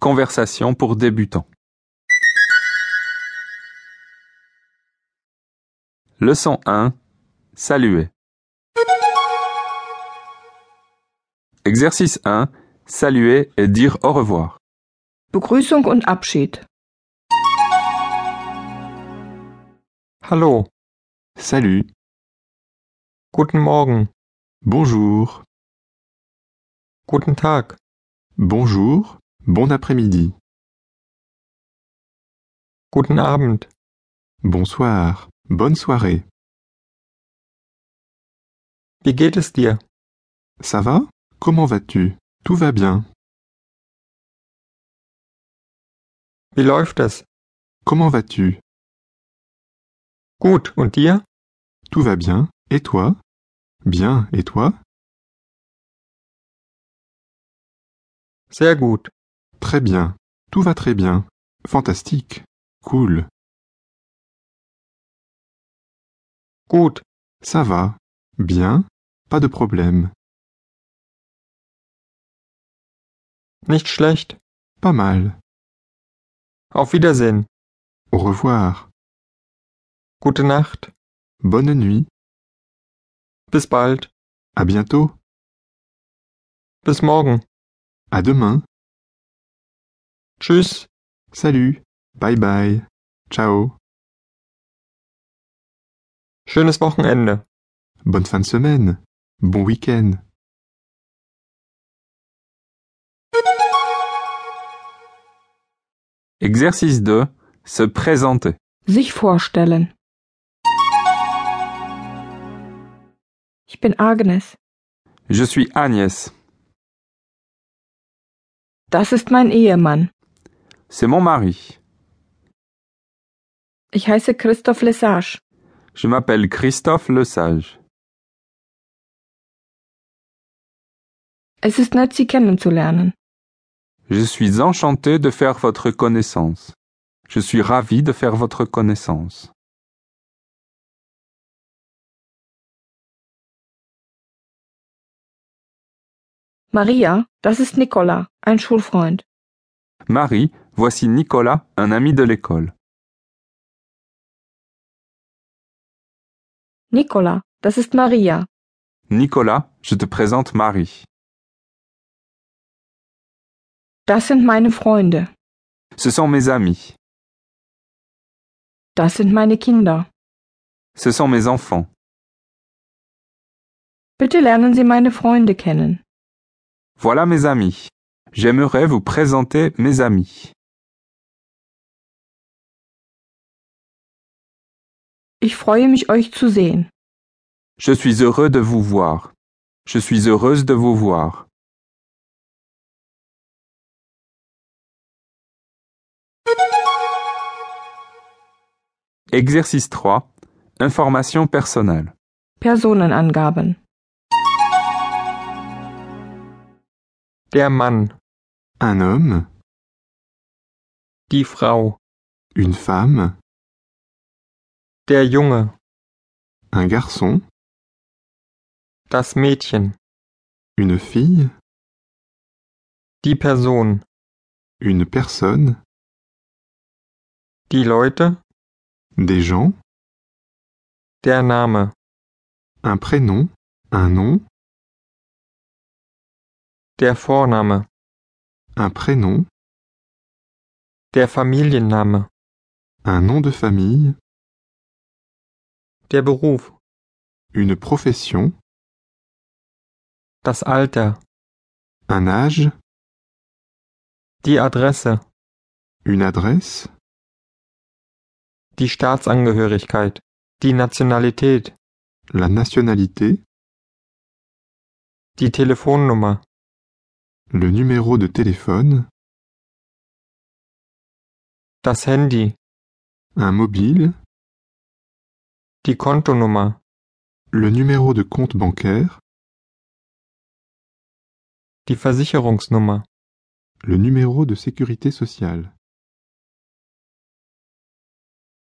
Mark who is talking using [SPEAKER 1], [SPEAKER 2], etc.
[SPEAKER 1] Conversation pour débutants. Leçon 1. Saluer. Exercice 1. Saluer et dire au revoir.
[SPEAKER 2] Begrüßung und Abschied.
[SPEAKER 3] Hallo,
[SPEAKER 1] Salut.
[SPEAKER 3] guten Morgen,
[SPEAKER 1] Bonjour.
[SPEAKER 3] guten Tag,
[SPEAKER 1] Bonjour. Bon après-midi.
[SPEAKER 3] guten Abend,
[SPEAKER 1] Bonsoir. Bonne soirée.
[SPEAKER 3] wie geht es dir?
[SPEAKER 1] Ça va Comment vas-tu Tout va bien.
[SPEAKER 3] Wie läuft es?
[SPEAKER 1] Comment vas-tu
[SPEAKER 3] Gut, und dir?
[SPEAKER 1] Tout va bien. Et toi Bien. Et toi
[SPEAKER 3] Sehr gut.
[SPEAKER 1] Très bien. Tout va très bien. Fantastique. Cool.
[SPEAKER 3] Gut,
[SPEAKER 1] Ça va. Bien. Pas de problème.
[SPEAKER 3] nicht schlecht.
[SPEAKER 1] Pas mal.
[SPEAKER 3] Auf Wiedersehen.
[SPEAKER 1] Au revoir.
[SPEAKER 3] Gute Nacht.
[SPEAKER 1] Bonne nuit.
[SPEAKER 3] Bis bald.
[SPEAKER 1] À bientôt.
[SPEAKER 3] Bis morgen.
[SPEAKER 1] À demain.
[SPEAKER 3] Tschüss.
[SPEAKER 1] Salut. Bye bye. Ciao.
[SPEAKER 3] Schönes Wochenende.
[SPEAKER 1] Bonne fin de semaine. Bon week-end. Exercice 2. Se présenter.
[SPEAKER 2] Sich vorstellen. Ich bin Agnes.
[SPEAKER 1] Je suis Agnès.
[SPEAKER 2] Das ist mein Ehemann.
[SPEAKER 1] C'est mon mari.
[SPEAKER 2] Ich heiße Christoph Lesage.
[SPEAKER 1] Je m'appelle Christophe Lesage.
[SPEAKER 2] Es ist nett, Sie kennenzulernen.
[SPEAKER 1] Je suis enchanté de faire votre connaissance. Je suis ravi de faire votre connaissance.
[SPEAKER 2] Maria, das ist Nicola, ein Schulfreund.
[SPEAKER 1] Marie, voici Nicolas, un ami de l'école.
[SPEAKER 2] Nicola, das ist Maria.
[SPEAKER 1] Nicolas, je te présente Marie.
[SPEAKER 2] Das sind meine Freunde.
[SPEAKER 1] Ce sont mes amis.
[SPEAKER 2] Das sind meine Kinder.
[SPEAKER 1] Ce sont mes enfants.
[SPEAKER 2] Bitte lernen Sie meine Freunde kennen.
[SPEAKER 1] Voilà mes amis. J'aimerais vous présenter mes amis.
[SPEAKER 2] Ich freue mich, euch zu sehen.
[SPEAKER 1] Je suis heureux de vous voir. Je suis heureuse de vous voir. Exercice 3. Information personnelle.
[SPEAKER 2] Personenangaben.
[SPEAKER 3] Der Mann,
[SPEAKER 1] Un homme,
[SPEAKER 3] die Frau,
[SPEAKER 1] une femme,
[SPEAKER 3] der Junge,
[SPEAKER 1] un garçon,
[SPEAKER 3] das Mädchen,
[SPEAKER 1] une fille,
[SPEAKER 3] die Person,
[SPEAKER 1] une personne,
[SPEAKER 3] die Leute,
[SPEAKER 1] des gens,
[SPEAKER 3] der Name,
[SPEAKER 1] un prénom, un nom,
[SPEAKER 3] der Vorname,
[SPEAKER 1] un prénom,
[SPEAKER 3] der Familienname,
[SPEAKER 1] un nom de famille,
[SPEAKER 3] der Beruf,
[SPEAKER 1] une profession,
[SPEAKER 3] das Alter,
[SPEAKER 1] un âge,
[SPEAKER 3] die Adresse,
[SPEAKER 1] une adresse,
[SPEAKER 3] die Staatsangehörigkeit, die Nationalität,
[SPEAKER 1] la nationalité,
[SPEAKER 3] die Telefonnummer,
[SPEAKER 1] le numéro de téléphone,
[SPEAKER 3] das Handy,
[SPEAKER 1] un mobile,
[SPEAKER 3] die Kontonummer,
[SPEAKER 1] le numéro de compte bancaire,
[SPEAKER 3] die Versicherungsnummer.
[SPEAKER 1] le numéro de sécurité sociale.